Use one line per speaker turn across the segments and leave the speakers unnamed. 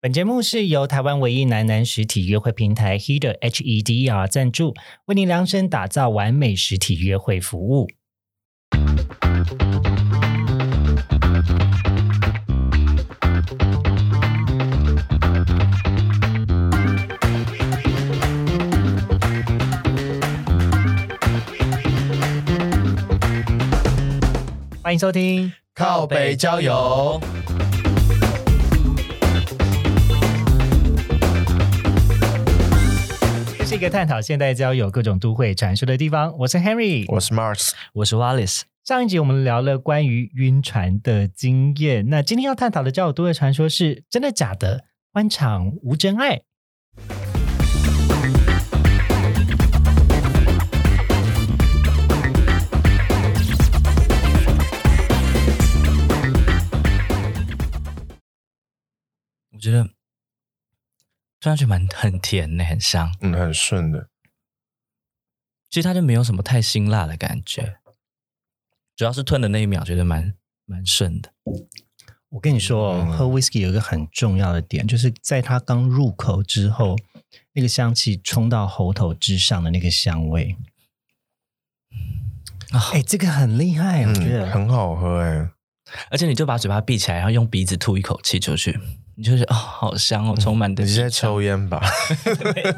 本节目是由台湾唯一男男实体约会平台 Heder H E D E R 赞助，为您量身打造完美实体约会服务。欢迎收听，
靠北郊游。
这是一个探讨现代交友各种都会传说的地方。我是 Henry，
我是 Mars，
我是 Wallace。
上一集我们聊了关于晕船的经验，那今天要探讨的交友都会传说是真的假的？欢场无真爱。
我觉得穿上去蛮很甜的，很香。
嗯，很顺的，
其实它就没有什么太辛辣的感觉，主要是吞的那一秒觉得蛮蛮顺的。
我跟你说哦，
嗯
喝 whisky 有一个很重要的点，就是在它刚入口之后，那个香气冲到喉头之上的那个香味。
啊
哎、这个很厉害，我觉
嗯，
得。
很好喝哎、
而且你就把嘴巴闭起来，然后用鼻子吐一口气出去，你就是哦，好香哦，充满的
你是
香、
在抽烟吧？
没有，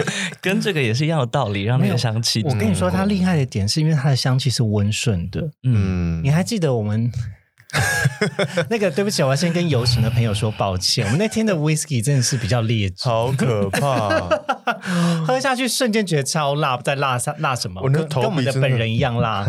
跟这个也是一样的道理，让那
没
个
有
香气。嗯
我跟你说，它厉害的点是因为它的香气是温顺的。
嗯，
嗯
你，还记得我们 那个？对不起，我要先跟游行的朋友说抱歉。我们那天的 whisky 真的是比较劣质，
好可怕！
喝下去瞬间觉得超辣，不知道辣啥辣什么，
我那
跟
头
跟我们
皮
的
真的
本人一样 辣。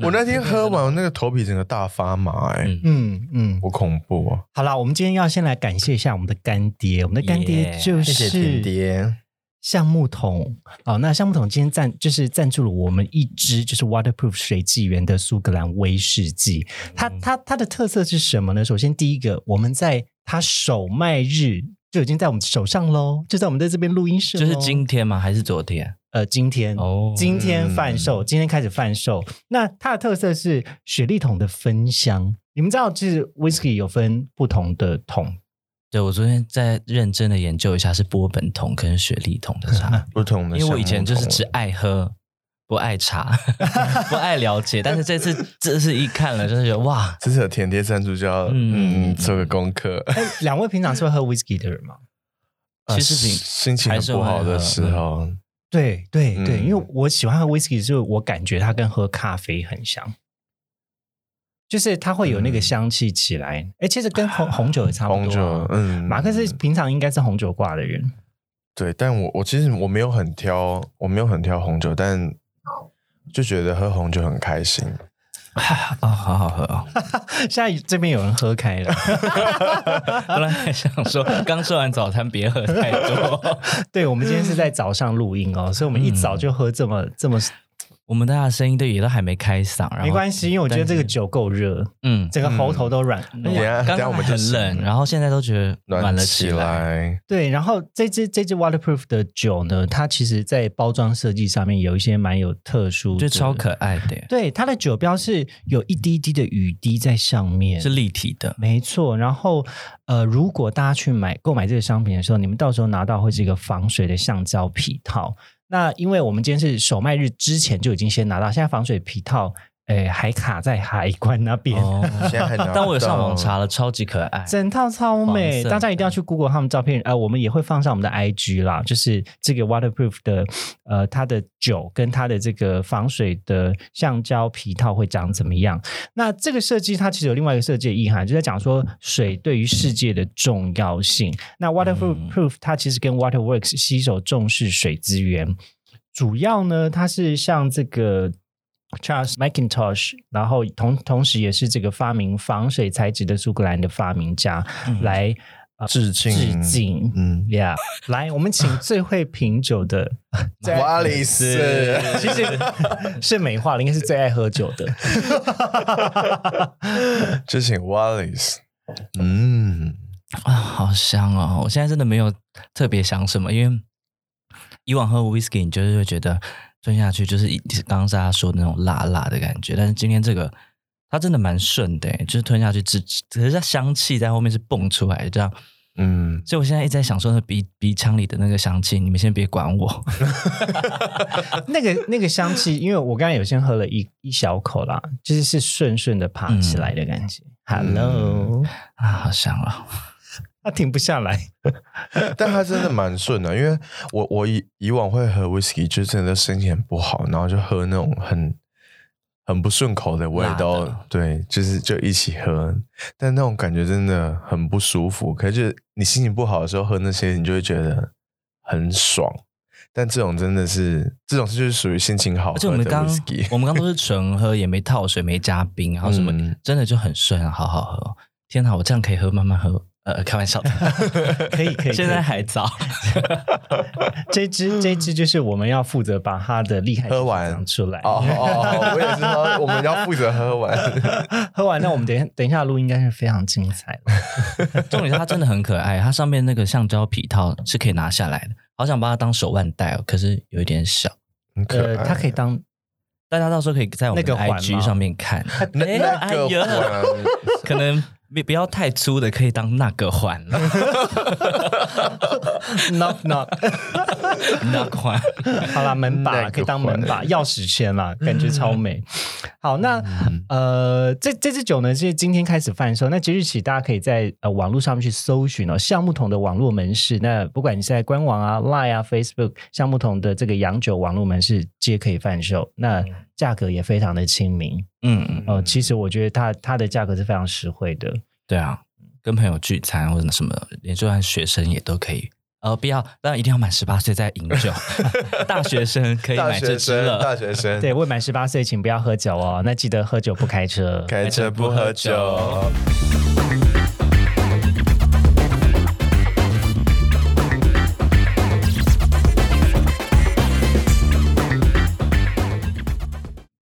我那天喝完，我那个头皮整个大发麻哎、
嗯
嗯嗯，
好恐怖哦！
好啦，我们今天要先来感谢一下我们的干爹，我们的干爹
Yeah，
就
谢谢甜
是
爹，
橡木桶哦。那橡木桶今天赞就是赞助了我们一支就是 waterproof 水纪元的苏格兰威士忌。它
嗯
它它的特色是什么呢？首先第一个，我们在它首卖日就已经在我们手上喽，就在我们在这边录音室，
就是今天吗？还是昨天？
呃今天
哦嗯
今天贩售，今天开始贩售。那它的特色是雪莉桶的分香。你们知道，就是 whisky 有分不同的桶，
对我昨天在认真的研究一下，是波本桶跟雪莉桶的差别。
不同的，
因为我以前就是只，爱喝，不 爱查，不爱了解，但是这次这次一看了，就是觉得哇，
这次有甜爹赞助就要
嗯
嗯做个功课。
哎，两位平常是会喝 whisky 的人吗？
其实挺
啊心情很不好的时候，
对对对，
嗯
因为我喜欢喝 whisky，就是我感觉它跟喝咖啡很像，就是它会有
嗯
那个香气起来。哎、其实跟红红酒也差不多、啊
红酒，嗯，
马克是平常应该是红酒挂的人，
对，但我我其实我没有很挑，我没有很挑红酒，但就觉得喝红酒很开心。
啊、好好喝哦！
现在这边有人喝开了。
本来还想说，刚吃完早餐别喝太多。
对，我们今天是在早上录音哦，所以我们一
嗯
早就喝这么、这么
我们大家的声音都也都还没开嗓，然后
没关系，因为我觉得这个
但是
酒够热，
嗯，
整个喉头都软。
等一下，等一下
刚刚
我们
还
就
很冷，然后现在都觉得暖
暖
了
起
来。
来。
对，然后这支这支 waterproof 的酒呢，它其实在包装设计上面有一些蛮有特殊
我
的，
觉得超可爱的，
对，它的酒标是有一滴一滴的雨滴在上面，
是立体的，
没错。然后，呃，如果大家去买购买这个商品的时候，你们到时候拿到会是一个防水的橡胶皮套。那因为我们今天是首卖日之前就已经先拿到，现在防水皮套，诶、还卡在海关那边。
哦，
现 在还拿不到
但我有上网查了，超级可爱，
整套超
黄
美，
色
大家一定要去 Google 他们照片，呃，我们也会放上我们的 IG 啦，就是这个 waterproof 的，呃，它的酒跟它的这个防水的橡胶皮套会长怎么样？那这个设计它其实有另外一个设计的意涵，就在讲说水对于世界的重要性。那
嗯
waterproof 它其实跟 Waterworks 携手重视水资源，主要呢，它是像这个 Charles Macintosh，然后同同时也是这个发明防水材质的苏格兰的发明家、来
嗯
呃
致敬，
致，敬。
嗯，
Yeah，来，我们请最会品酒的，
瓦里 斯，
其实呃是美化了，应该是最爱喝酒的。
就请瓦里斯。嗯，
啊，好香哦！我现在真的没有特别想什么，因为以往喝 whisky，你就是会觉得吞下去就是一刚刚大家说的那种辣辣的感觉，但是今天这个它真的蛮顺的、欸就是吞下去只，只是它香气在后面是蹦出来的这样。
嗯，
所以我现在一直在享受那鼻鼻腔里的那个香气，你们先别管我。
那个那个香气，因为我刚才有先喝了一一小口啦，就是是顺顺的爬
嗯
起来的感觉。Hello，
啊，好香啊！
它停不下来。
但它真的蛮顺的，因为我我以以往会喝 whisky，就是真的身体很不好，然后就喝那种很很不顺口的味
辣
道
的，
对，就是就一起喝，但那种感觉真的很不舒服。可是就是你心情不好的时候喝那些，你就会觉得很爽。但这种真的是，这种就是属于心情好
而
喝
且我们
的
刚
whisky。
我们刚都是纯喝，也没套水，没加冰，然后什么，
嗯
真的就很顺，好好喝。哦天哪，我这样可以喝，慢慢喝。呃，开玩笑的，
可以可以
现在还早。
这支这支就是我们要负责把它的厉害
喝
地方
完
讲出来。
哦哦哦，我也是喝，我们要负责喝完。
喝完，那我们等一下等一下录音应该是非常精彩 的。
重点是它真的很可爱，它上面那个橡胶皮套是可以拿下来的，好想把它当手腕戴哦，可是有一点小。
很可
呃，
爱
它可以 当
大家到时候可以在我们的
那个环吗
IG 上面看，
那
哎
那个
哎呦
环
可能不不要太粗的，可以当那个环了，
knock knock，
那个环。
好啦，门
那
把
个嗯
可以当门把，钥匙圈啦，感觉超美。好，那呃，这这支酒呢是今天开始贩售，那即日起大家可以在呃网络上面去搜寻哦，橡木桶的网络门市。那不管你是在官网啊、Line 啊、Facebook，橡木桶的这个洋酒网络门市皆可以贩售，
嗯
那价格也非常的亲民
嗯，嗯，
哦、其实我觉得它它的价格是非常实惠的。
对啊，跟朋友聚餐或者什么，连就算学生也都可以。呃，不要，当然一定要满十八岁再饮 酒。 大学生可以
大
买
学
这支
生，大
了。
学生，
对，未满十八岁请不要喝酒哦，那记得喝酒不开 车。
开车不喝酒。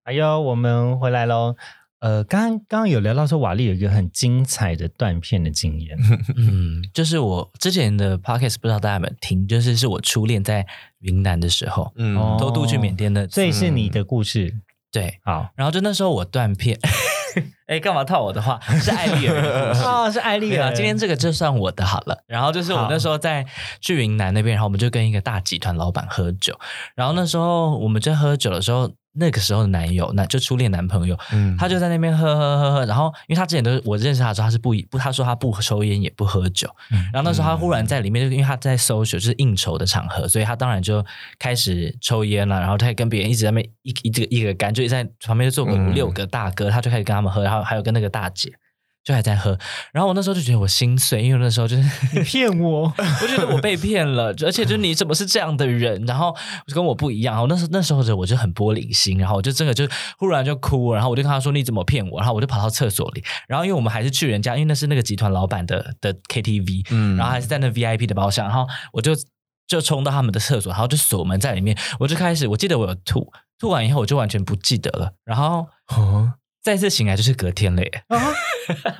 哎呦，我们回来喽。呃，刚刚刚有聊到说瓦力有一个很精彩的断片的经 验，
嗯，就是我之前的 podcast 不知道大家有没有听，就是是我初恋在云南的时候，
嗯，
哦
偷渡去缅甸的，
所以是你
嗯
的故事。
对。
好
然后就那时候我断片， 哎，干嘛套我的话？是艾丽尔的故事。
啊，是艾
对啊，今天这个就算我的好了。然后就是我那时候在去云南那边，然后我们就跟一个大集团老板喝酒。然后那时候我们在喝酒的时候，那个时候的男友，那就初恋男朋友，
嗯
他就在那边喝喝喝喝。然后因为他之前都是我认识他的时候，他是不不，他说他不抽烟也不喝酒。然后那时候他忽然在里面，就因为他在 social 就是应酬的场合，所以他当然就开始抽烟了。然后他也跟别人一直在那边一一这个一个干，就一直在旁边就坐个五
嗯
六个大哥，他就开始跟他们喝，然后还有跟那个大姐。就还在喝，然后我那时候就觉得我心碎，因为那时候就是
你骗 我，
我觉得我被骗了，而且就你怎么是这样的人？然后跟我不一样。然后那时那时候的我就很玻璃心，然后我就真的就忽然就哭，然后我就跟他说你怎么骗我？然后我就跑到厕所里，然后因为我们还是去人家，因为那是那个集团老板的的 KTV，
嗯
然后还是在那 VIP 的包厢，然后我就就冲到他们的厕所，然后就锁门在里面，我就开始我记得我有吐，吐完以后我就完全不记得了，然后
哦
再次醒来就是隔天了耶。
啊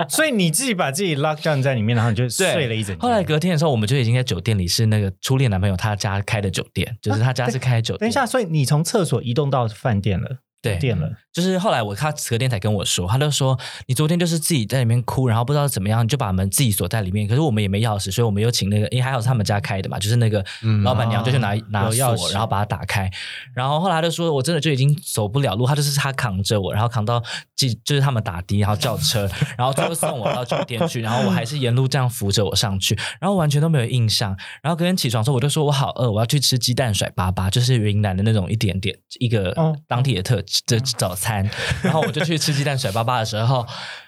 所以你自己把自己 lock down 在里面，然后你就
对
睡了一整天。
后来隔天的时候，我们就已经在酒店里，是那个初恋男朋友他家开的酒店，就是他家是开酒店。
啊等一下，，所以你从厕所移动到饭店了，
对，
店了，
就是后来我他隔天才跟我说，他就说你昨天就是自己在里面哭，然后不知道怎么样，你就把门自己锁在里面。可是我们也没钥匙，所以我们又请那个，因为还好是他们家开的嘛，就是那个
嗯
老板娘就去拿、
哦
拿
有钥
锁，
匙
然后把它打开。然后后来他就说我真的就已经走不了路，他就是他扛着我，然后扛到就就是他们打的，然后叫车，然后最后送我到酒店去，然后我还是沿路这样扶着我上去，然后完全都没有印象。然后隔天起床的时候，我就说我好饿，我要去吃鸡蛋甩粑粑，就是云南的那种一点点一个
哦
当地的特的早餐。然后我就去吃鸡蛋甩粑粑的时候，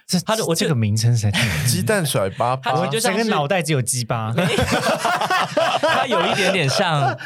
这
他 就我
这
记
个
得
名称实在太……
鸡蛋甩粑
他其
粑
实，就像
整个
是
脑袋只有鸡巴，
它有一点 点像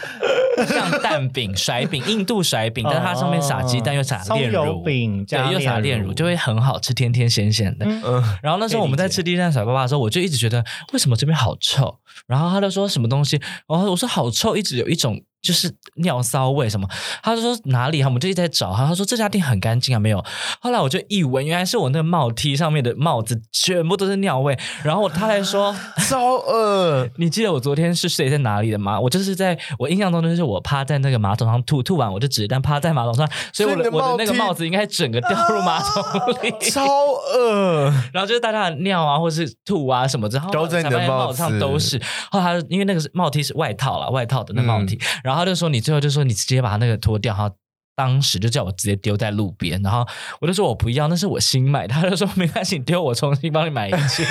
像蛋饼、甩饼、印度甩饼，但是它上面撒鸡蛋又撒炼
葱哦油
乳，
饼加
对，又撒炼
炼
乳，
乳
就会很好吃，甜甜咸咸的。
嗯
嗯
然后那时候我们在吃鸡蛋甩粑粑的时候，我就一哦直觉得为什么这边好臭，然后他就说什么东西，然后我说好臭，一直有一种就是尿骚味什么，他就说哪里啊，我们就一直在找他，他说这家店很干净啊，没有。后来我就一闻，原来是我那个帽 T 上面的帽子全部都是尿味，然后他还说。
超恶，
你记得我昨天是睡在哪里的吗？我就是在我印象中就是我趴在那个马桶上吐，吐完我就只但趴在马桶上，所以我
所
的
以你的帽
我的那个
梯
帽子应该整个掉入马桶里，
超恶，
然后就是大家的尿啊或是吐啊什么之后，
都在你的
才发现
帽
帽
子
上都是。后来他因为那个是帽 T 是外套啦，外套的那
嗯
帽 T，、然后他就说你最后就说你直接把他那个脱掉，然后。当时就叫我直接丢在路边，然后我就说我不要，那是我新买的。他就说没关系，你丢我重新帮你买一件。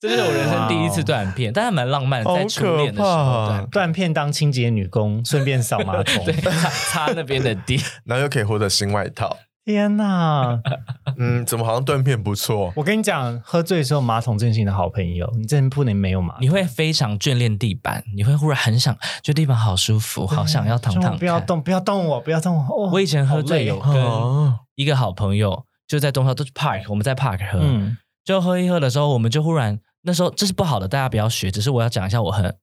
这就是我人生第一次断片，但还蛮浪漫的，在
哦好
初
可
恋的时候
怕啊
断片，
断片当清洁女 工，顺便扫马桶。
对，擦擦那边的地。
然后又可以获得新外套。
天哪！
嗯，怎么好像断片不错？
我跟你讲，喝醉的时候马桶真是你的好朋友，你真的不能没有马桶。
你会非常眷恋地板，你会忽然很想觉得地板好舒服，好想要躺
中
躺
午
看。
不要动，不要动我，不要动我。哦
我以前喝醉有跟
哦
一个好朋友就在东校，都是 park，我们在 park 喝，
嗯，
就喝一喝的时候，我们就忽然那时候这是不好的，大家不要学。只是我要讲一下我很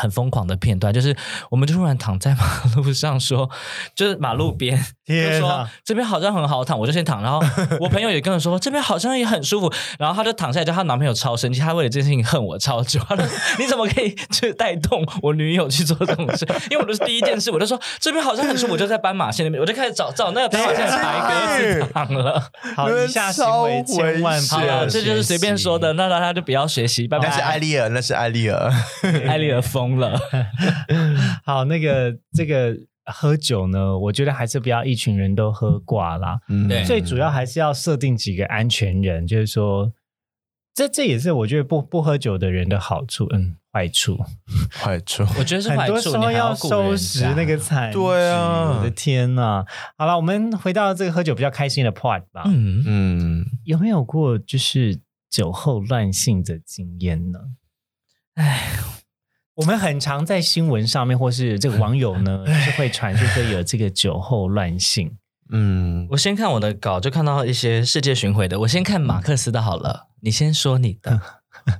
很疯狂的片段，就是我们就忽然躺在马路上说，就是马路边，就
天
说
哪！
这边好像很好躺，我就先躺。然后我朋友也跟我说这边好像也很舒服，然后她就躺下来，就她男朋友超生气，她为了这件事情恨我超久。她说你怎么可以去带动我女友去做这种事？因为我就是第一件事，我就说这边好像很舒服，我就在斑马线那边，我就开始找找那个斑马线的白鸽子躺了。
好，以下行为千万不
好
要
了，
学
这
习
就是随便说 的，。那大家就不要学习，拜拜。
那是艾丽尔，那是艾丽尔。
艾丽儿疯了，
好，那个这个喝酒呢，我觉得还是不要一群人都喝挂啦。
嗯
对
最主要还是要设定几个安全人，就是说，这这也是我觉得不不喝酒的人的好处，嗯，坏处。
坏处。
我觉得是
很
坏
多时
处，你
候
还要
要
顾
收
人
拾
家
那个残局
对啊
我的天呐！好了，我们回到这个喝酒比较开心的 part 吧。
嗯，
嗯，
有没有过就是酒后乱性的经验呢？
哎，
我们很常在新闻上面，或是这个网友呢，就是会传出说有这个酒后乱性。
嗯，
我先看我的稿，就看到一些世界巡回的。我先看马克思的好了，你先说你 的。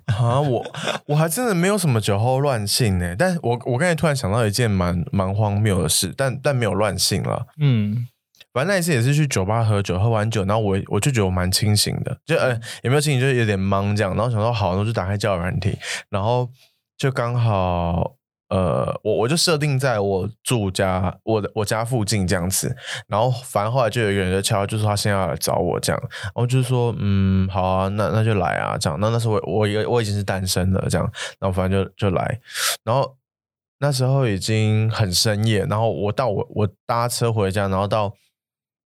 啊，我我还真的没有什么酒后乱性呢，但我我刚才突然想到一件蛮蛮荒谬的事，但但没有乱性了。
嗯，
反正那一次也是去酒吧喝酒，喝完酒，然后我我就觉得我蛮清醒的，就呃也没有清醒，就是有点懵这样。然后想说好，那我就打开交友软体，然后就刚好呃，我我就设定在我住家我的我家附近这样子。然后反正后来就有一个人就敲，就说他现在要来找我这样，然后就说嗯好啊，那那就来啊这样。那那时候我我也我已经是单身了这样，然后反正就就来，然后那时候已经很深夜，然后我到我我搭车回家，然后到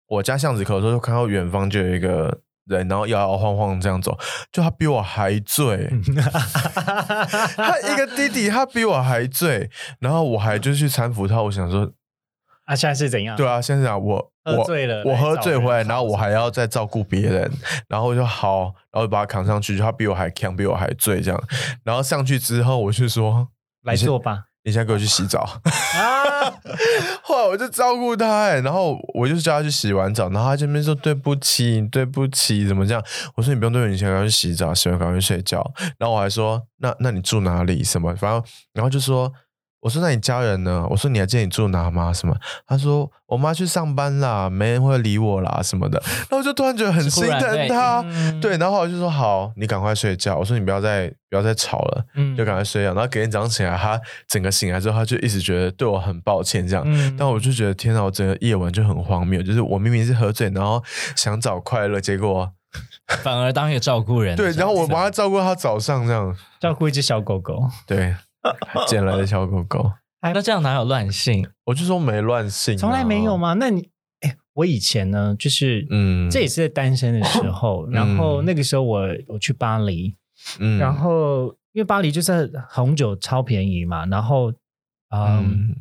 我家巷子口的时候，就看到远方就有一个人，然后摇摇晃晃这样走，就他比我还醉，
嗯
他一个弟弟，他比我还醉，然后我还就去搀扶他，我想说，
啊，现在是怎样？
对啊，现在啊我
喝
我
醉了
我
来
喝
找
醉
人
回来，
找
然后我
是
还要再照顾别人，然后我就好，然后我把他扛上去，就他比我还强，比我还醉这样，然后上去之后，我就说。
来做吧。
你先给我去洗澡，
啊，
后来我就照顾他、欸，然后我就叫他去洗完澡，然后他这边说对不起，对不起，怎么这样？我说你不用对我，你先赶快去洗澡，洗完赶快去睡觉。然后我还说，那那你住哪里？什么？反正然后就说，我说那你家人呢？我说你还记得你住哪吗？什么？他说我妈去上班啦，没人会理我啦什么的。然后我就突然觉得很
忽
心
然
疼
对
他，
嗯
对，然后我就说好，你赶快睡觉。我说你不要再不要再吵了。
嗯
就赶快睡觉。然后隔天早上起来，他整个醒来之后，他就一直觉得对我很抱歉这样。
嗯
但我就觉得天哪，我整个夜晚就很荒谬，就是我明明是喝醉，然后想找快乐，结果
反而当一个照顾人的
对，
角色，
然后我帮他照顾他早上这样，
照顾一只小狗狗，
对，捡来的小狗狗，
那这样哪有乱性？
我就说没乱性、啊
从来没有？吗？那你，哎，我以前呢，就是
嗯，
这也是在单身的时候，然后那个时候我我去巴黎，
嗯
然后因为巴黎就是红酒超便宜嘛，然后嗯，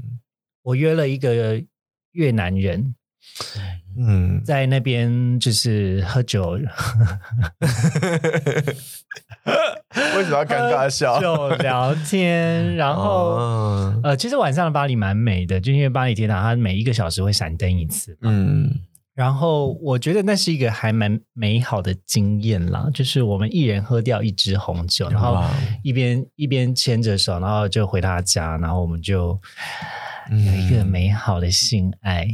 我约了一个越南人
嗯，
在那边就是喝酒，
嗯为什么要尴尬笑？
就聊 天，然后。
哦
呃，其实晚上的巴黎蛮美的，就因为巴黎铁塔它每一个小时会闪灯一次嘛。
嗯
然后我觉得那是一个还蛮美好的经验啦，就是我们一人喝掉一支红酒，然后
哇
一边一边牵着手，然后就回他家，然后我们就
嗯
有一个美好的性爱。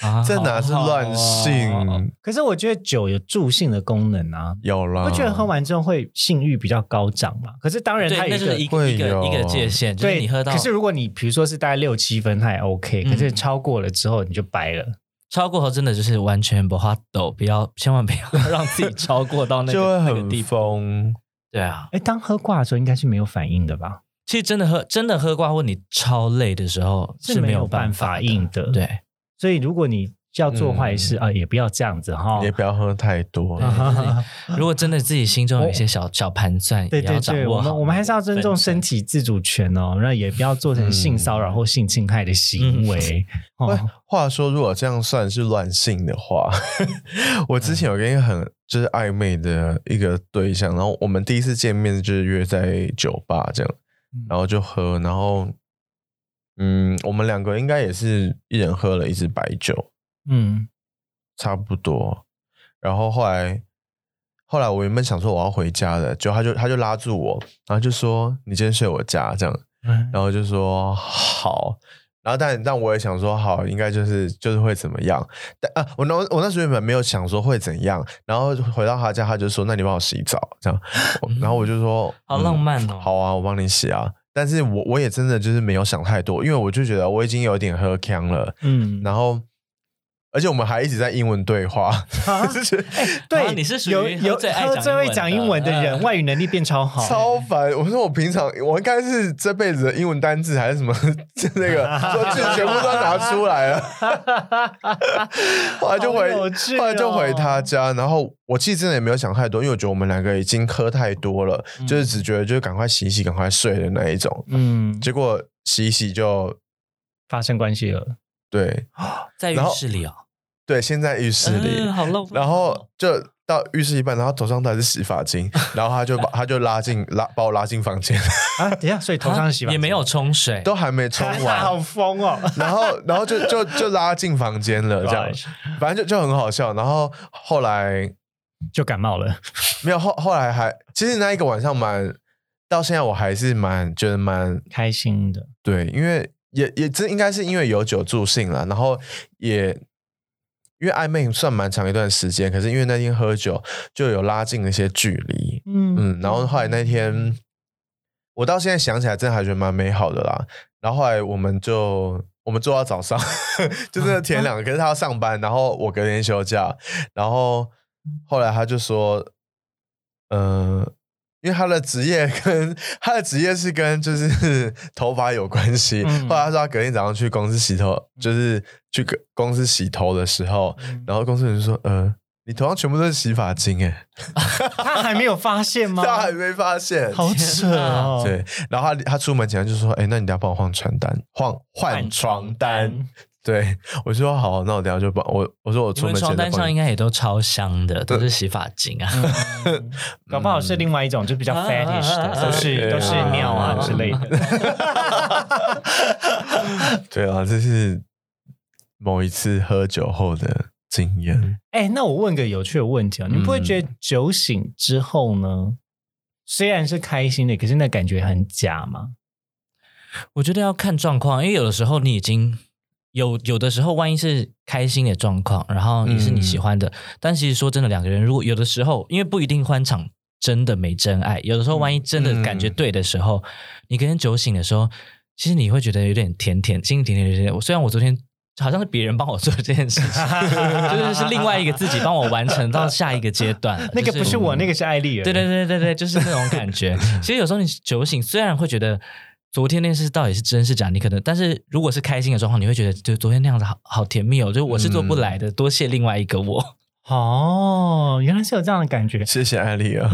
啊
这哪是乱性？
好好哦
可是我觉得酒有助性的功能啊，
有啦，
我觉得喝完之后会性欲比较高涨嘛。可是当然
对，
它有
那
一
就是一
个。
个一个
会
一
有
个界限，就是
对，
你喝到
可是如果你比如说是大概六七分，它也 OK，、
嗯
可是超过了之后你就白了。
超过后，真的就是完全不花抖，不要千万不要 让自己超过到那
就
个
会
那个
很
地步。
疯。
对啊，
哎，当喝挂的时候应该是没有反应的吧？
其实真的喝真的喝挂或你超累的时候
是
没
没
有
有办
法
法
的
硬的。，
对，
所以如果你要做坏事、
嗯
啊，也不要这样子哈。
也不要喝太多
嗯
对。就是如果真的自己心中有一些小小盘 算，
啊对
也要
对
掌
对，我
握好
们我们还是要尊重身
体。
体自主权哦，那也不要做成性骚
嗯
扰或性侵害的行为。
喂
哦，
话说，如果这样算是乱性的话， 我之前有跟一个很就是暧昧的一个对象，然后我们第一次见面就是约在酒吧这样，然后就喝，然后嗯，我们两个应该也是一人喝了一支白酒，
嗯，
差不多。然后后来，后来我原本想说我要回家的，结果他就他就拉住我，然后就说你今天睡我家这样，
嗯
然后就说好。然后但但我也想说好，应该就是就是会怎么样？但啊，我那我那时候原本没有想说会怎样，然后回到他家，他就说那你帮我洗澡 这样，我然后我就说嗯
好浪漫哦
好啊，我帮你洗啊。但是我我也真的就是没有想太多，因为我就觉得我已经有点喝呛了，
嗯，
然后，而且我们还一直在英文对话，
啊
就是
对，
啊你是属于
有
喝
有
最爱
喝
讲
最
英
会
文
讲
的
英文的人，
嗯
外语能力变超好。
超烦。我说我平常我应该是这辈子的英文单字还是什么 就那个，说句全部都拿出来了。 后来就
好
回，
有趣
后来就回
哦
他家，然后我其实真的也没有想太多，因为我觉得我们两个已经喝太多了，就是只觉得就是赶快洗一洗，赶快睡的那一种。
嗯，
结果洗一洗就
发生关系了。
对
在浴
然后
室里哦，
对，先在浴室里，
嗯好浪漫哦。
然后就到浴室一半，然后头上戴的是洗 发精，然后他就把他就拉进拉把我拉进房间，
啊，等一下，所以头
啊
上洗吧，
也没有冲水，
都还没冲
好
完，
疯哦。
然后然后就就就拉进房间了，这样
Gosh，
反正就就很好笑。然后后来
就感冒了。
没有后后来还其实那一个晚上蛮到现在我还是蛮觉得蛮
开心的，
对，因为也也真应该是因为有酒助兴了，然后也。因为暧昧算蛮长一段时间，可是因为那天喝酒就有拉近了一些距离，
嗯
嗯，然后后来那天，我到现在想起来，真的还觉得蛮美好的啦。然后后来我们就我们做到早上， 就真的天亮。可是他要上班，然后我隔天休假，然后后来他就说，呃，因为他的职业跟他的职业是跟就是 头发有关系。
嗯
后来他说他隔天早上去公司洗头，就是去个公司洗头的时候，
嗯
然后公司人就说，呃，你头上全部都是洗发精，哎，
他还没有发现吗？
他还没发现，
好扯哦。
对，然后他他出门前就说：“哎、那你等下帮我换床单，换换床
嗯
单。对，我说：“好，那我等下就帮我。”我说：“我
你
出
们
门
床
前再
单上
帮
应
你。
该也都超香的，都是洗发精啊。
嗯，搞不好是另外一种，就比较
啊
fetish
啊啊啊
的，都是
对嗯
都是尿啊之类 的。”
对啊，这是某一次喝酒后的经验。
哎，那我问个有趣的问题啊，你不会觉得酒醒之后
嗯
呢，虽然是开心的，可是那感觉很假吗？
我觉得要看状况，因为有的时候你已经有有的时候，万一是开心的状况，然后也是你
嗯
喜欢的，但其实说真的，两个人如果有的时候，因为不一定欢场真的没真爱，有的时候万一真的感觉
嗯
对的时候，你跟人酒醒的时候，其实你会觉得有点甜甜，心里甜甜的。我虽然我昨天。好像是别人帮我做这件事情， 就是是另外一个自己帮我完成到下一个阶段了。
那个
就嗯
不是我，那个是艾丽儿。
对对对对对，就是那种感觉。 其实有时候你酒醒，虽然会觉得昨天那事到底是真是假，你可能，但是如果是开心的状况，你会觉得就昨天那样子好好甜蜜哦，就我是做不来的，多谢另外一个我，
哦，原来是有这样的感觉。
谢谢艾丽啊，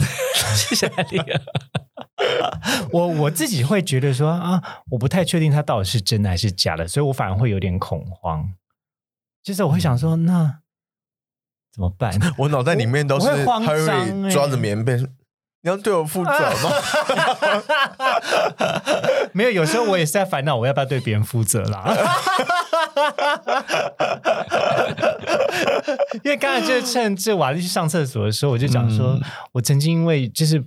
谢谢艾丽啊儿。
我我自己会觉得说啊，我不太确定它到底是真的还是假的，所以我反而会有点恐慌。就是我会想说，那怎么办？
我脑袋里面都是
我会慌张
Harry
欸
抓着棉被，你要对我负责吗？
没有，有时候我也是在烦恼，我要不要对别人负责啦？ 因为刚才就是趁这瓦力去上厕所的时候，我就讲说，我曾经因为就是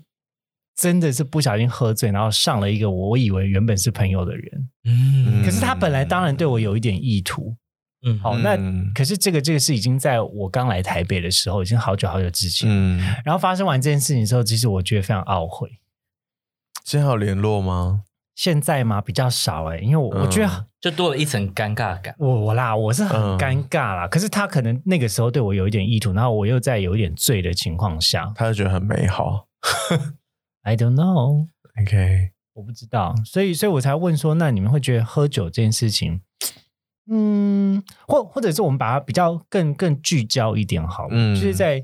真的是不小心喝醉，然后上了一个我以为原本是朋友的人，
嗯
嗯
可是他本来当然对我有一点意图。
嗯，
好，那
嗯
可是这个这个是已经在我刚来台北的时候，已经好久好久之前。
嗯，
然后发生完这件事情之后，其实我觉得非常懊悔。
现在有联络吗？
现在嘛比较少哎、因为我、我觉得
嗯
就多了一层尴尬感。
我我啦，我是很
嗯
尴尬啦。可是他可能那个时候对我有一点意图，然后我又在有一点醉的情况下
他就觉得很美好。
，I don't know，
OK，
我不知道，所以所以我才问说，那你们会觉得喝酒这件事情，嗯，或或者是我们把它比较更更聚焦一点好了，
嗯
就是在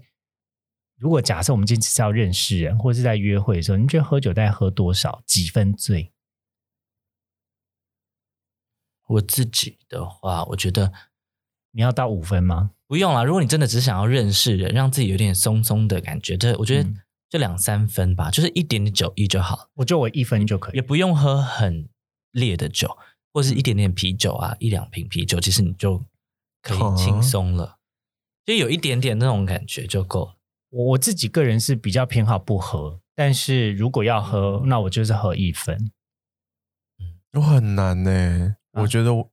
如果假设我们今天只是要认识人，或是在约会的时候，你觉得喝酒大概喝多少几分醉？
我自己的话，我觉得
你要到五分吗？
不用啦。如果你真的只想要认识人，让自己有点松松的感觉，这我觉得
嗯
就两三分吧，就是一点点酒意就好，
我觉得我一分就可以
也。不用喝很烈的酒，或
嗯
是一点点啤酒啊，一两瓶啤酒，其实你就可
哦
以轻松了，就有一点点那种感觉就够了。
我我自己个人是比较偏好不喝，但是如果要喝，那我就是喝一分。
我很难呢、
啊
我觉得我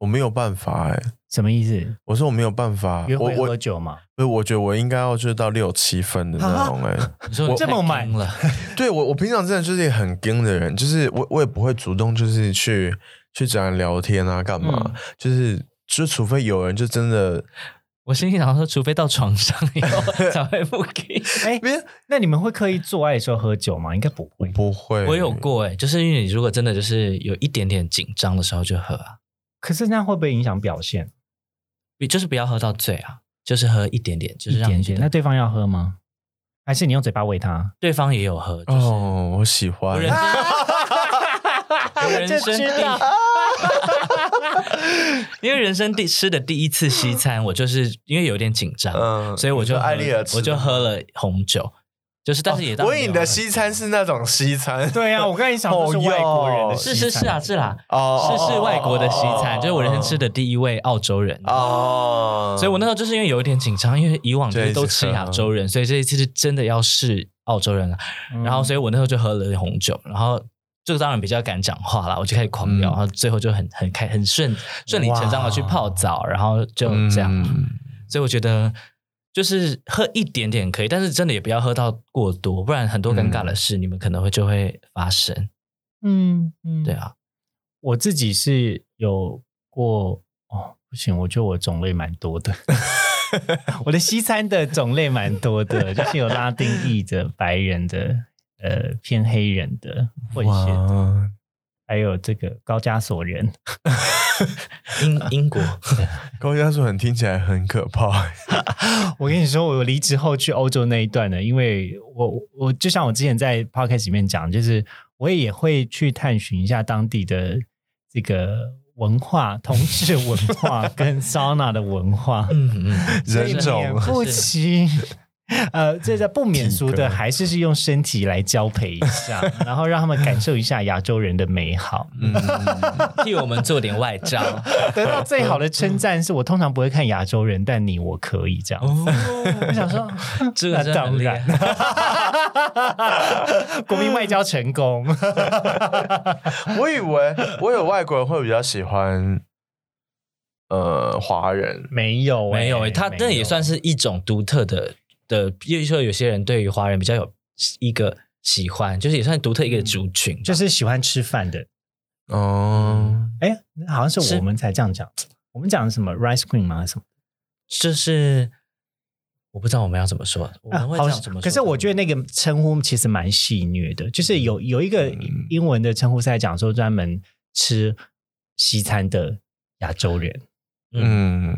我没有办法哎、
什么意思？
我说我没有办法，
约
我
会喝
我
酒嘛？
不是，我觉得我应该要就是到六七分的那种哎、
你说
我
你太
这么满
硬了，
对我，我平常真的就是一个很硬的人，就是我我也不会主动就是去去找人聊天啊，干嘛？
嗯
就是就除非有人就真的，
我心里想说，除非到床上以后 才会不给。
哎、
别
那你们会刻意做爱的时候喝酒吗？应该不会。
不会，
我有过哎、就是因为你如果真的就是有一点点紧张的时候就喝啊，
可是那会不会影响表现？
比就是不要喝到醉啊，就是喝一点点，就是
一
让
点
你觉
点。那
得
对方要喝吗？还是你用嘴巴喂他？
对方也有喝，就是
哦，我喜
我
欢
人，生， 我人生
就知道
第， 因为人生第吃的第一次西餐，我就是因为有点紧张，
嗯
所以我就
你
喝
说艾丽儿吃的哦
我就喝了红酒，就是但是也当
我以为你的西餐是那种西餐，
对啊，我刚才想说是
哦哟
外国人的西
是
餐
是是啊是啦，
哦，
是是外国的西餐，
哦
就是我人生吃的第一位澳洲人
哦，
所以我那时候就是因为有一点紧张，因为以往就是都吃
嗯
亚洲人，所以这一次是真的要试澳洲人了。
嗯
然后，所以我那时候就喝了红酒，然后就当然比较敢讲话啦，我就开始狂
嗯
聊，然后最后就很很开很顺顺理成章的去泡澡，然后就这样。
嗯
所以我觉得就是喝一点点可以，但是真的也不要喝到过多，不然很多尴尬的事你们可能会就会发生。
嗯嗯，
对，啊，
我自己是有过哦，不行，我觉得我种类蛮多 的。我的西餐的种类蛮多的， 就是有拉丁裔的、白人的、呃偏黑人的混血的，
哇，
还有这个高加索人。
英 英国
高加索很听起来很可怕，
我跟你说，我离职后去欧洲那一段呢，因为我我就像我之前在 podcast 里面讲，就是我也会去探寻一下当地的这个文化、同志文化跟 sauna 的文化，
嗯嗯，
人种
免不起。呃，这在不免俗
体格
的，还是是用身体来交配一下，然后让他们感受一下亚洲人的美 好，
嗯，
替我们做点外招。
得到最好的称赞。是我通常不会看亚洲人，但你我可以这样。
哦，
我想说，
这个
那
真的很
当
厉
然
害。
国民外交成功。
我以为我有外国人会比较喜欢，呃，华人，
没有欸、
没有、欸，他
没
那也
有
算是一种独特的的，比如说有些人对于华人比较有一个喜欢，就是也算独特一个族群吧，
嗯就是喜欢吃饭的。
哦，
哎，好像是
是
我们才这样讲。我们讲什么 rice cream 吗？还是什么？
就是我不知道我们要怎么说，我们会这
啊好
样怎么说？
可是我觉得那个称呼其实蛮戏谑的，就是有有一个
嗯
英文的称呼是在讲说专门吃西餐的亚洲人，
嗯，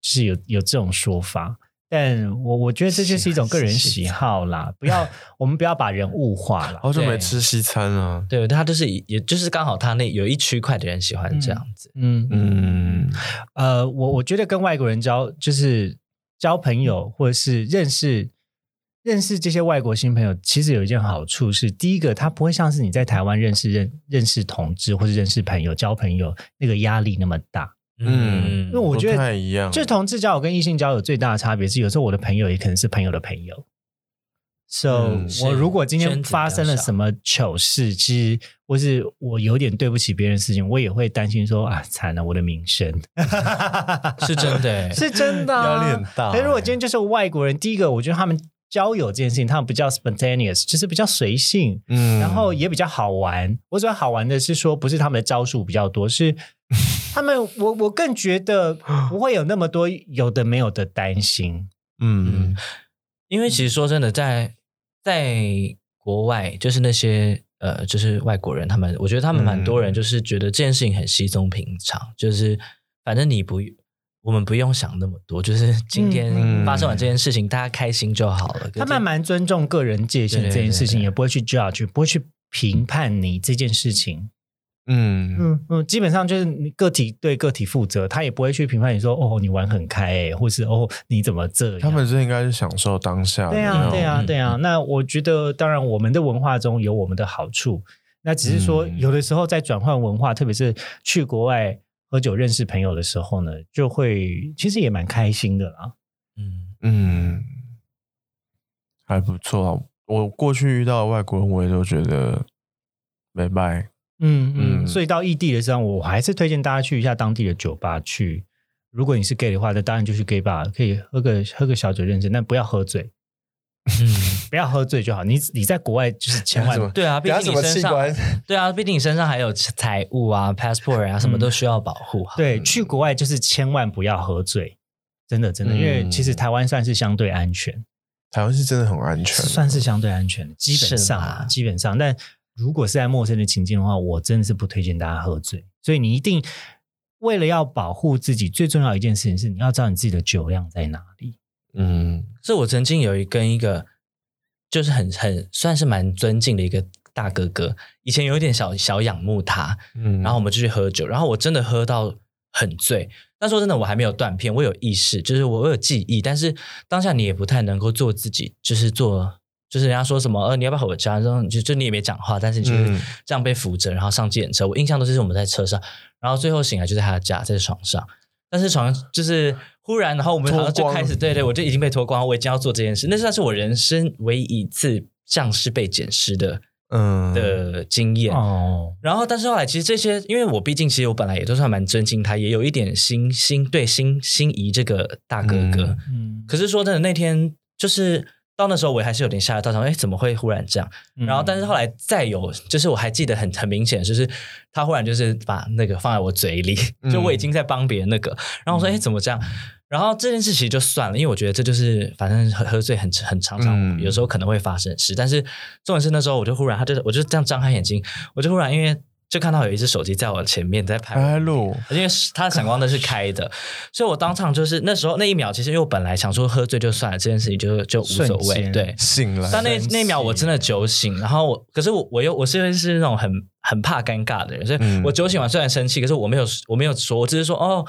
就是有有这种说法。但我我觉得这就是一种个人喜好啦，不 要我们不要把人物化了。
好久哦没吃西餐啊了，
对他就是以也就是刚好他那有一区块的人喜欢这样子，
嗯
嗯，
呃，我我觉得跟外国人交就是交朋友，或者是认识认识这些外国新朋友，其实有一件好处是，第一个，他不会像是你在台湾认识认认识同志或者认识朋友交朋友那个压力那么大。
嗯
嗯嗯，
因为我觉得
不太一样，
就是同志交友跟异性交友最大的差别是，有时候我的朋友也可能是朋友的朋友。So，、
嗯
我如果今天
圈子比较
发生了什么糗事，其实或是我有点对不起别人的事情，我也会担心说啊，惨了我的名声，
是真的 欸，
是真的、
压
啊。
力很大。
可是如果今天就是外国人，第一个我觉得他们交友这件事情，他们比较 spontaneous，就是比较随性，
嗯
然后也比较好玩。我所谓好玩的是说，不是他们的招数比较多，是他们我我更觉得不会有那么多有的没有的担心。
嗯
因为其实说真的，在在国外，就是那些呃，就是外国人，他们我觉得他们蛮多人
嗯
就是觉得这件事情很稀松平常，就是反正你不，我们不用想那么多，就是 今
嗯
天发生完这件事情，大家开心就好了。
他们蛮尊重个人界限
对
这
对
件事情，
对对
也不会去 judge，不会去评判你这件事情。
嗯
嗯嗯，基本上就是你个体对个体负责，他也不会去评判你说哦你玩很开哎、或是哦你怎么这样。
他们是应该是享受当下的
对
那
啊，
种
对啊，
嗯
对啊。那我觉得，当然我们的文化中有我们的好处，那只是说
嗯
有的时候在转换文化，特别是去国外喝酒认识朋友的时候呢，就会其实也蛮开心的啦。
嗯，
嗯，还不错啊。我过去遇到的外国人，我也都觉得没拜。
嗯嗯，
嗯
所以到异地的时候，我还是推荐大家去一下当地的酒吧去。如果你是 gay 的话，那当然就去 gay 吧，可以喝个喝个小酒认识，但不要喝醉，
嗯，
不要喝醉就好。你你在国外就是千万
什么
对啊，毕竟你身
等
上，
下什么器
对啊，毕竟你身上还有财务啊、passport 啊，什
嗯
么都需要保护好。
对，去国外就是千万不要喝醉，真的真的，
嗯
因为其实台湾算是相对安全，
台湾是真的很安全啊，
算是相对安全的，基本上
是
啊
啦
基本上。但如果是在陌生的情境的话，我真的是不推荐大家喝醉。所以你一定为了要保护自己，最重要的一件事情是你要知道你自己的酒量在哪里。
嗯
是我曾经有一跟一个，就是很很算是蛮尊敬的一个大哥哥，以前有一点小小仰慕他，
嗯。
然后我们就去喝酒，然后我真的喝到很醉。那时候真的我还没有断片，我有意识，就是我我有记忆，但是当下你也不太能够做自己，就是做。就是人家说什么，呃，你要不要回我家？然后你就就你也没讲话，但是你就是
嗯
这样被扶着，然后上计程车。我印象都是我们在车上，然后最后醒来就在他的家，在床上。但是床就是忽然，然后我们
脱
好像就
光
开始，对对，我就已经被脱光了，我已经要做这件事。那算是我人生唯一一次像是被捡尸的
嗯，
的经验。
哦，
然后，但是后来其实这些，因为我毕竟其实我本来也都算蛮尊敬他，也有一点心心对心心仪这个大哥哥。
嗯
嗯，
可是说真的，那天就是到那时候，我还是有点吓到，想哎，怎么会忽然这样？然后，
嗯
嗯
但是后来再有，就是我还记得很很明显，就是他忽然就是把那个放在我嘴里，
嗯
就我已经在帮别人那个，然后我说哎，怎么这样？然后这件事其实就算了，因为我觉得这就是反正喝喝醉很很常常、
嗯
有时候可能会发生的事。但是重点是那时候我就忽然，他就我就这样张开眼睛，我就忽然因为就看到有一只手机在我前面在拍我
哎路，
因为是它的闪光灯是开的，所以我当场就是那时候那一秒，其实因为我本来想说喝醉就算了，这件事情就就无所
瞬
谓，
间
对。
醒来，
但那
生气
那一秒我真的酒醒，然后我可是我我又我是因为是那种很很怕尴尬的人，所以
嗯
我酒醒完虽然生气，可是我没有我没有说，我只是说哦，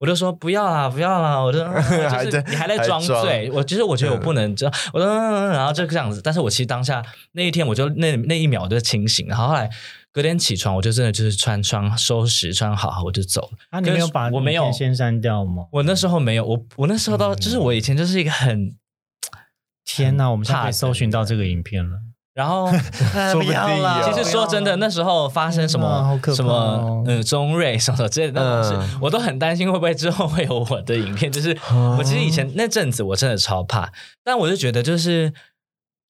我就说不要啦不要啦，我就、
还
就
在
是你还在装
还装
醉，我其实我觉得我不能这样，我说、嗯、然后就这样子，但是我其实当下那一天我就那那一秒我就清醒，然后后来隔天起床我就真的就是穿穿收拾穿好我就走了。
啊，你没有把
我没有
影片先删掉吗？
我那时候没有，我我那时候到、
嗯
就是我以前就是一个很，
天哪，我们现在可以
怕
搜寻到这个影片了。
然后
说不定啊
其实说真的，那时候发生什么、
天哪好可怕哦
什么嗯中瑞什么之类的那种事，
嗯
我都很担心会不会之后会有我的影 片。就是
啊
我其实以前那阵子我真的超怕，但我就觉得就是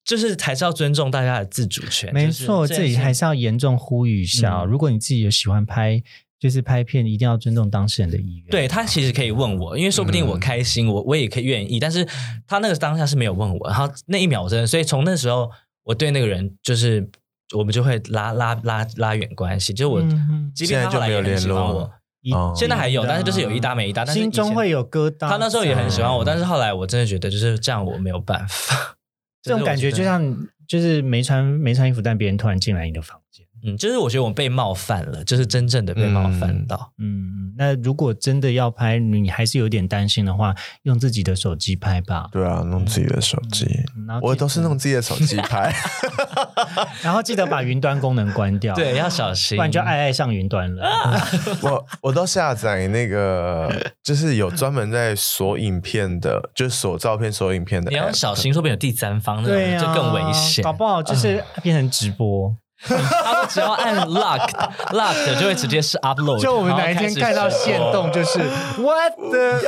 就是还是要尊重大家的自主权。
没
就是
错，
这
这里
件
还
事
是要严重呼吁一下哦、
嗯
如果你自己有喜欢拍，就是拍片，一定要尊重当事人的意愿。
对他其实可以问我，因为说不定我开心，我我也可以愿意。但是他那个当下是没有问我，然后那一秒我真的，所以从那时候我对那个人就是我们就会拉拉拉拉远关系，就是我、
嗯，
即便他后来也很喜欢我，
一
哦
现在还有，但是就是有一搭没一搭，但是以
啊心
前
中会。有疙瘩。
他那时候也很喜欢我，但是后来我真的觉得就是这样，我没有办法。
这种感觉，就
像。
像就是没穿没穿衣服，但别人突然进来你的房间，
嗯，就是我觉得我被冒犯了，就是真正的被冒犯到。
嗯，那如果真的要拍，你还是有点担心的话，用自己的手机拍吧。嗯
对啊，弄自己的手机，
然后
我
记
都是弄自己的手机 拍。
然后记得把云端功能关掉，
对，要啊小心，
嗯不然就爱爱上云端了。
我我都下载那个，就是有专门在锁影片的，就是锁照片、锁影片的
你要
app。
小心，说不定有第三方那
对
种，
啊，
就更危险。啊
搞不好就是变成直播。
他们只要按 lock lock 就会直接是 upload，
就我们哪一天看到
线
线动，就是 what the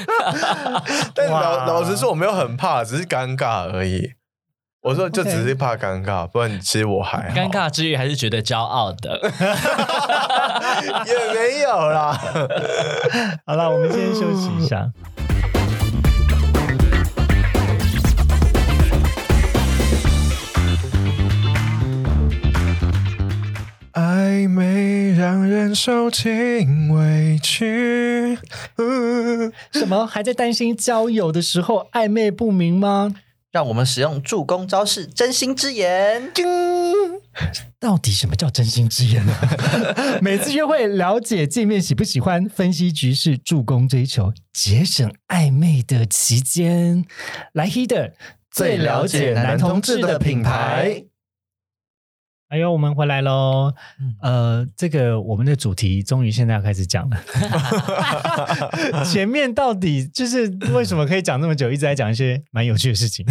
但
哇
老老实说，我没有很怕，只是尴尬而已。我说就只是怕尴尬，不然其实我还好
尴，尬之余还是觉得骄傲的。
也没有啦。
好了，我们先休息一下。
暧昧让人受尽委屈。
什么？还在担心交友的时候暧昧不明吗？
让我们使用助攻招式，真心之言。
到底什么叫真心之 言呢？每次约会了解见面喜不喜欢，分析局势，助攻追求，节省暧昧的期间。来 Heater 最了解男同志的品牌。哎呦，我们回来喽！呃，这个我们的主题终于现在要开始讲了。 前面到底就是为什么可以讲那么久，一直在讲一些蛮有趣的事情。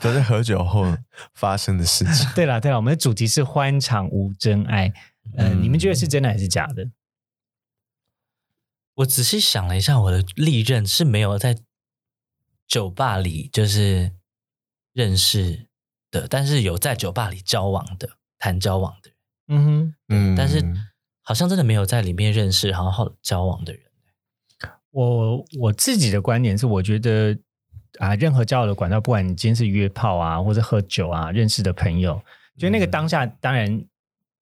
都是喝酒后发生的事 情。
对了对了，我们的主题是欢场无真爱。呃，
嗯
你们觉得是真的还是假的？
我仔细想了一下，我的历任是没有在酒吧里就是认识的，但是有在酒吧里交往的，谈交往的人，
嗯哼，
嗯
但是好像真的没有在里面认识然后交往的人。
我我自己的观点是，我觉得啊，任何交友的管道，不管你今天是约炮啊，或者喝酒啊，认识的朋友，就那个当下，当然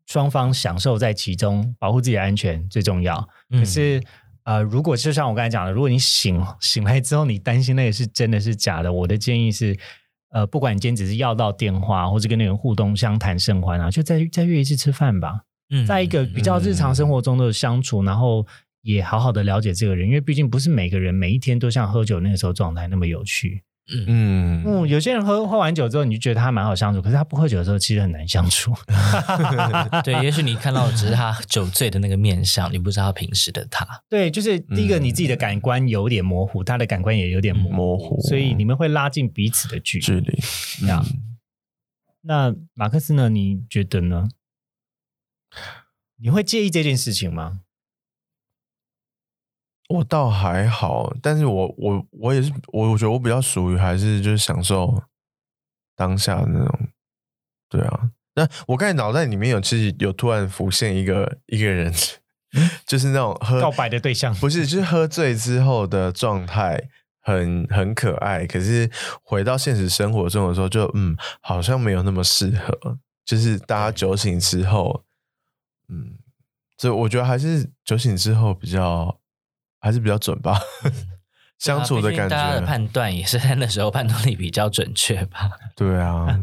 双方享受在其中，保护自己的安全最重要。
嗯
可是。呃，如果就像我刚才讲的，如果你醒醒来之后，你担心那个是真的是假的，我的建议是，呃，不管你今天只是要到电话，或者跟那个人互动相谈甚欢啊，就再再约一次吃饭吧。
嗯
在一个比较日常生活中的相处，然后也好好的了解这个人，因为毕竟不是每个人每一天都像喝酒那个时候状态那么有趣。
嗯
嗯，有些人喝喝完酒之后，你就觉得他蛮好相处，可是 他不喝酒的时候其实很难相处。嗯
嗯对，也许你看到的只是 他酒醉的那个面相，你不知道平时的他。
对，就是第一个
嗯
你自己的感官有点模糊，他的感官也有点模糊，
模糊，
所以你们会拉近彼此的距
距
离。
离
这样
嗯
那马克思呢？你觉得呢？你会介意这件事情吗？
我倒还好，但是我我我也是我，我觉得我比较属于还是就是享受当下的那种，对啊。那我刚才脑袋里面有其实有突然浮现一个一个人， 就是那种喝
嗯告白的对象
不是，就是喝醉之后的状态很很可爱，可是回到现实生活中的时候就，嗯，好像没有那么适合。就是大家酒醒之后，嗯，所以我觉得还是酒醒之后比较还是比较准吧，相处的
对嗯啊
感
毕竟大家的
觉。
判断也是在那时候判断力比较准确吧。
对 啊，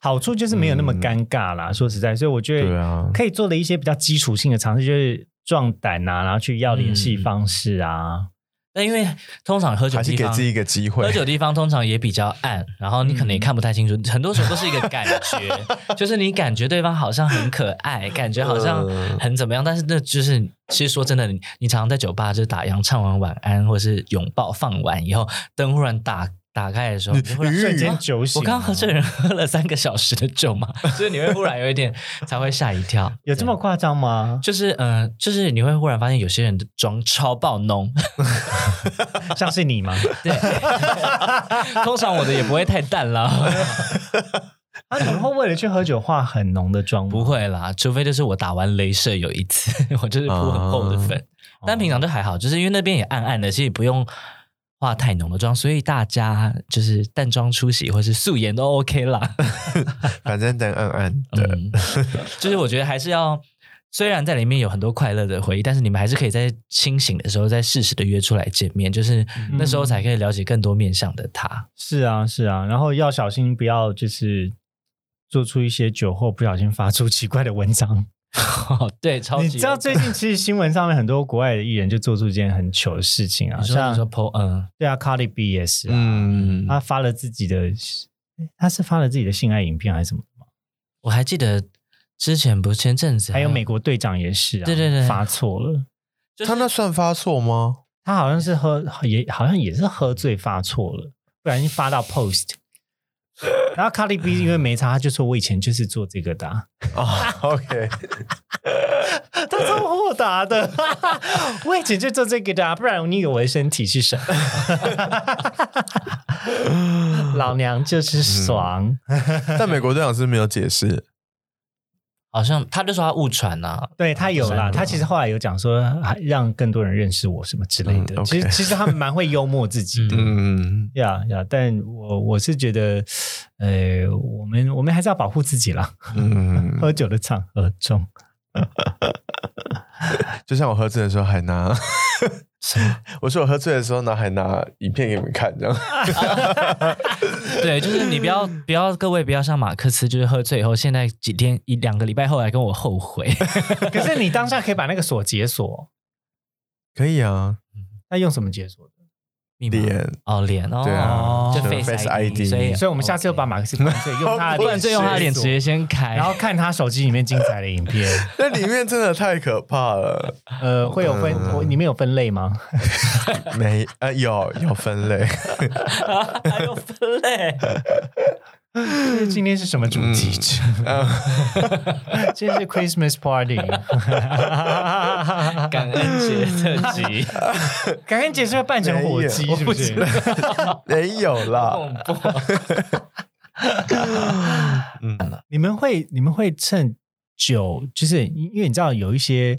好处就是没有那么尴尬啦。说实在，所以我觉得
嗯对啊
可以做的一些比较基础性的尝试，就是壮胆啊，然后去要联
嗯
系方式啊。
那因为通常喝酒
还是
地
给
方
自己一个机会
喝。酒地方通常也比较暗，然后你可能也看不太清楚，很多时候都是一个感觉，就是你感觉对方好像很可爱，感觉好像很怎么样，但是那就是其实说真的，你你常常在酒吧就是打烊唱完晚安或是拥抱放完以后，灯忽然打打开的时候，你就忽然
瞬
啊
间酒醒
我刚和这个人喝了三个小时的酒嘛，所以你会忽然有一点才会吓一跳，
有这么夸张吗？
就是嗯、呃就是你会忽然发现有些人的妆超爆浓，
像是 你吗？
对，通常我的也不会太淡啦。
啊，你们会为了去喝酒化很浓的妆吗？
不会啦，除非就是我打完镭射有一次， 我就是铺很厚的粉，但平常都还好，就是因为那边也暗暗的，其实也不用化太浓的妆，所以大家就是淡妆出席或是素颜都 OK 啦。
反正等暗暗的，
嗯，就是我觉得还是要，虽然在里面有很多快乐的回忆，但是你们还是可以在清醒的时候，在适时的约出来见面，就是那时候才可以了解更多面向的他。
是啊，是啊。然后要小心，不要就是做出一些酒后不小心发出奇怪的文章。
哦，对，超级
你知道最近其实新闻上面很多国外的艺人就做出一件很糗的事情啊，
你说你
像
说 po 嗯
对啊，Cardi B 也是啊，
嗯，
他发了自己的，诶他是发了自己的性爱影片还是什么？
我还记得之前不是前阵子
还有美国队长也是啊，
对对对
发错了，
他那算发错吗？
他好像是喝也好像也是喝醉发错了，不然发到 Post。然后 Cardi B 因为没差，他就说我以前就是做这个的啊、
啊，OK，
他超豁达的，我以前就做这个的、啊，不然你以为我的身体是什么？老娘就是爽，
但美国队长是没有解 释，
好像他就说他误传啊呐、
对他有啦，他其实后来有讲说，啊让更多人认识我什么之类的。
嗯，OK
其实其实他们蛮会幽默自己的，
嗯，
呀呀、但我我是觉得，呃，我们我们还是要保护自己啦。
嗯
喝酒的场合中，
就像我喝醉的时候还 拿， 我说我喝醉的时候呢还拿影片给你们看， 这样
对，就是你不要
嗯
不要各位不要像马克思，就是喝醉以后，现在几天一两个礼拜后来跟我 后悔，
可是你当下可以把那个锁解锁，
可以啊，
那用什么解锁？
密码
脸
哦脸哦，
对啊
就
就
Face
Face
ID，
ID
所以哦
所以我们下次就把马克思灌醉，用他的
不
不
脸
能再用他的脸直接先
哎
开，
然后看他手机里面精彩的影片，
那里面真的太可怕 了，
呃，会有分，
嗯
我里面有分类吗？
没啊有有分 类，
还有分类，
嗯
今天是什么主题？今天是 Christmas party，
感恩节特 辑，
感恩节是会扮成火鸡，是不是？
没有没有啦，
恐怖，
啊
嗯，
你们会你们会趁酒，就是因因为你知道有一些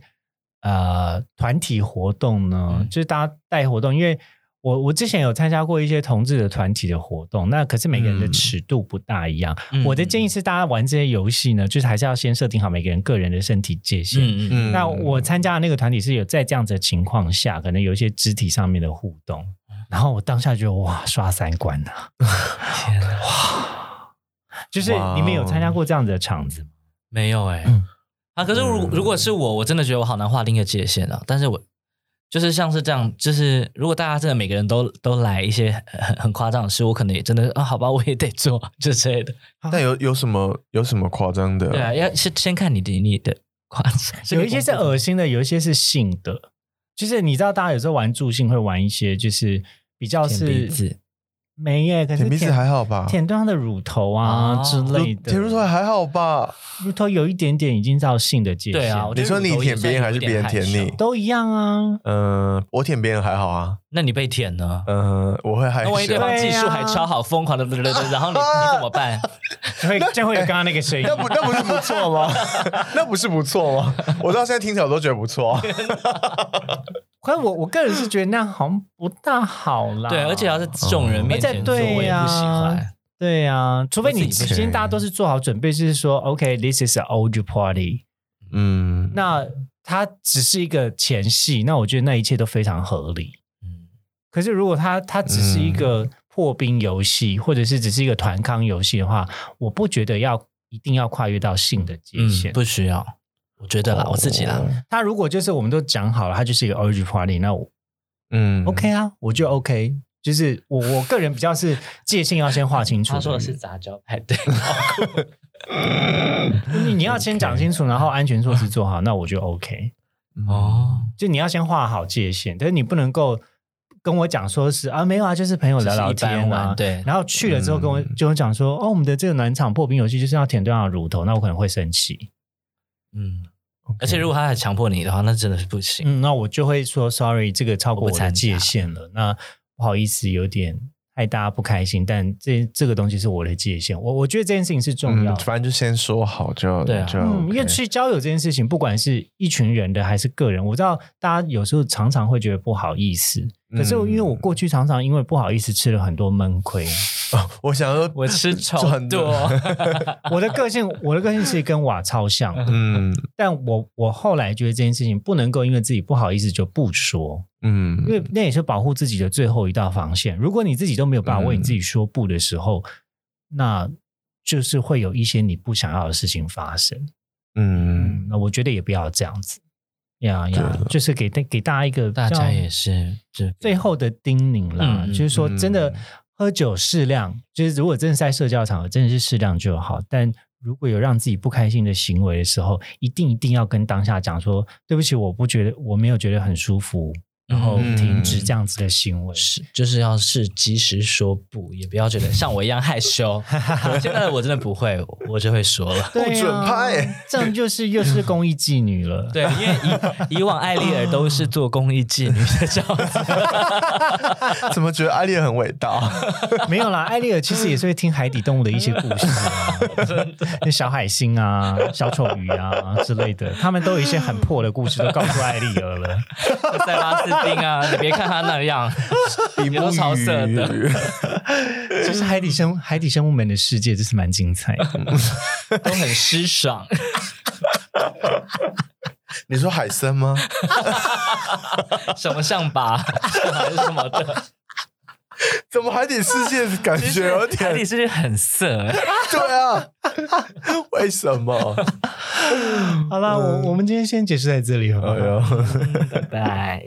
呃团体活动呢，
嗯
就是大家带活动，因为我我之前有参加过一些同志的团体的活动，那可是每个人的
嗯
尺度不大一样。
嗯
我的建议是，大家玩这些游戏呢，就是还是要先设定好每个人个人的身体界限。
嗯嗯，
嗯
那我参加的那个团体是有在这样子的情况下，可能有一些肢体上面的互动，然后我当下觉得哇，刷三观呐、
天哪，
就是
哇哦
你们有参加过这样子的场子吗？
没有哎、
嗯
啊，可是如如果是我，我真的觉得我好难划定一个界限啊，但是我。就是像是这样，就是如果大家真的每个人都都来一些很很夸张的事，我可能也真的啊，好吧，我也得做， 就之类的。
但有有什么有什么夸张的？
对啊，要先先看你的你的夸张，
有一些是恶心的，有一些是性的，就是你知道，大家有时候玩助兴会玩一些，就是比较
舔鼻
是
子，
没耶，可是
舔鼻子还好吧？
舔对方的乳头啊
哦
之类的，
舔乳头还好吧？
乳头有一点点已经到性的界限，
对啊，我觉得
你说你
乳头也
舔别人还是别人舔
算有
你
点害羞？
都一样啊。
嗯，我舔别人还好啊，
那你被舔呢？
嗯，我会害
那万一对
羞。
方技术
对啊
还超好，疯狂的，
啊
然后你你怎么办？
就 会就会有刚刚那个声音
那。不那不是不错吗？ 那不是不错吗？我到现在听起来我都觉得不 错啊。
可是我我个人是觉得那样好像不大好啦。
对，而且要在众人面
而且
前
啊
做，
对
我也
呀
不喜欢。
对啊，除非你
自己
今
不
行
天大家都是做好准备，就是说 OK，this、is an old party，
嗯，
那它只是一个前戏，那我觉得那一切都非常合理。
嗯，
可是如果它它只是一个破冰游戏，或者是只是一个团康游戏的话，我不觉得要一定要跨越到性的界限。
嗯，不需要，我觉得啦，我自己啦，
它如果就是我们都讲好了，它就是一个 old party，那我
嗯
OK 啊，我就 OK。就是我我个人比较是界限要先划清楚。
他说的是杂交派对，
你你要先讲清楚，然后安全措施做好，那我就 OK。
嗯
哦，
就你要先划好界限，但是你不能够跟我讲说是啊没有啊，就是朋友聊聊
就是一般
天啊
玩。对
然后去了之后跟我
嗯
就讲说哦，我们的这个暖场破冰游戏就是要舔对方的乳头，那我可能会生气。
嗯，而且如果他还强迫你的话，那真的是不行。
嗯，那我就会说 sorry，这个超过我
我不
的
参加
界限了，那不好意思，有点。害大家不开心，但这这个东西是我的界限，我我觉得这件事情是重要
嗯，
的。
反正就先说好就
对啊
就
嗯，因为
哦 OK
去交友这件事情，不管是一群人的还是个人，我知道大家有时候常常会觉得不好意思，可是
嗯
因为我过去常常因为不好意思吃了很多闷 亏。
哦我想说，
我吃 丑
赚的
多，
我的个性，我的个性其实跟瓦超像的，
嗯
但我我后来觉得这件事情不能够因为自己不好意思就不说，
嗯
因为那也是保护自己的
嗯
最后一道防线。如果你自己都没有办法为你自己说不的时候，那就是会有一些你不想要的事情发生。
嗯，
嗯，那我觉得也不要这样子，呀呀
对，啊
就是给大给大家一个
大
比较
家也是，这
最后的叮咛啦，
嗯
就是说
嗯
真的
嗯
喝酒适量，就是如果真的在社交场合，真的是适量就好。但如果有让自己不开心的行为的时候，一定一定要跟当下讲说，对不起，我不觉得，我没有觉得很舒服，然后
嗯
停止这样子的行为。
是就是要是及时说不，也不要觉得像我一样害羞。 现在我真的不会，我就会说了。
对啊
不准拍，
这样就是又是公益妓女了。
对，因为以以往艾丽尔都是做公益妓女的角色，
怎么觉得阿丽很伟大？
没有啦，艾丽尔其实也是会听海底动物的一些故事 啊，那小海星啊、小丑鱼啊之类的，他们都有一些很破的故事，都告诉艾丽尔 了。
塞拉斯汀啊，你别看她那 样，
比
也都
目
超色的。
鱼
就是海底生海底生物们的世界，真是蛮精彩 的。
都很失爽。
你说海参吗？
什么象拔还是什么的，
怎么海底世界感觉有
海底
点？
世界很色、欸。
对啊， 为什 么？
好啦，我我们今天先结束在这里好不好
哎呦，
拜拜。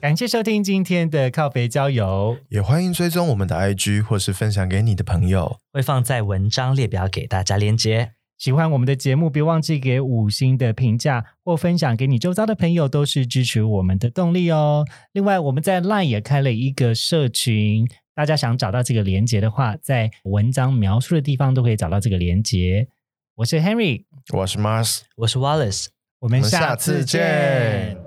感谢收听今天的靠北郊游，
也欢迎追踪我们的 IG 或是分享给你的朋友。
会放在文章列表给大家连接。
喜欢我们的节目，别忘记给五星的评价或分享给你周遭的朋友，都是支持我们的动力哦。另外，我们在 LINE 也开了一个社群，大家想找到这个连接的话，在文章描述的地方都可以找到这个连接。我是 Henry，
我是 Mars。
我是 Wallace，
我们
我们
下
下次
次
见
见。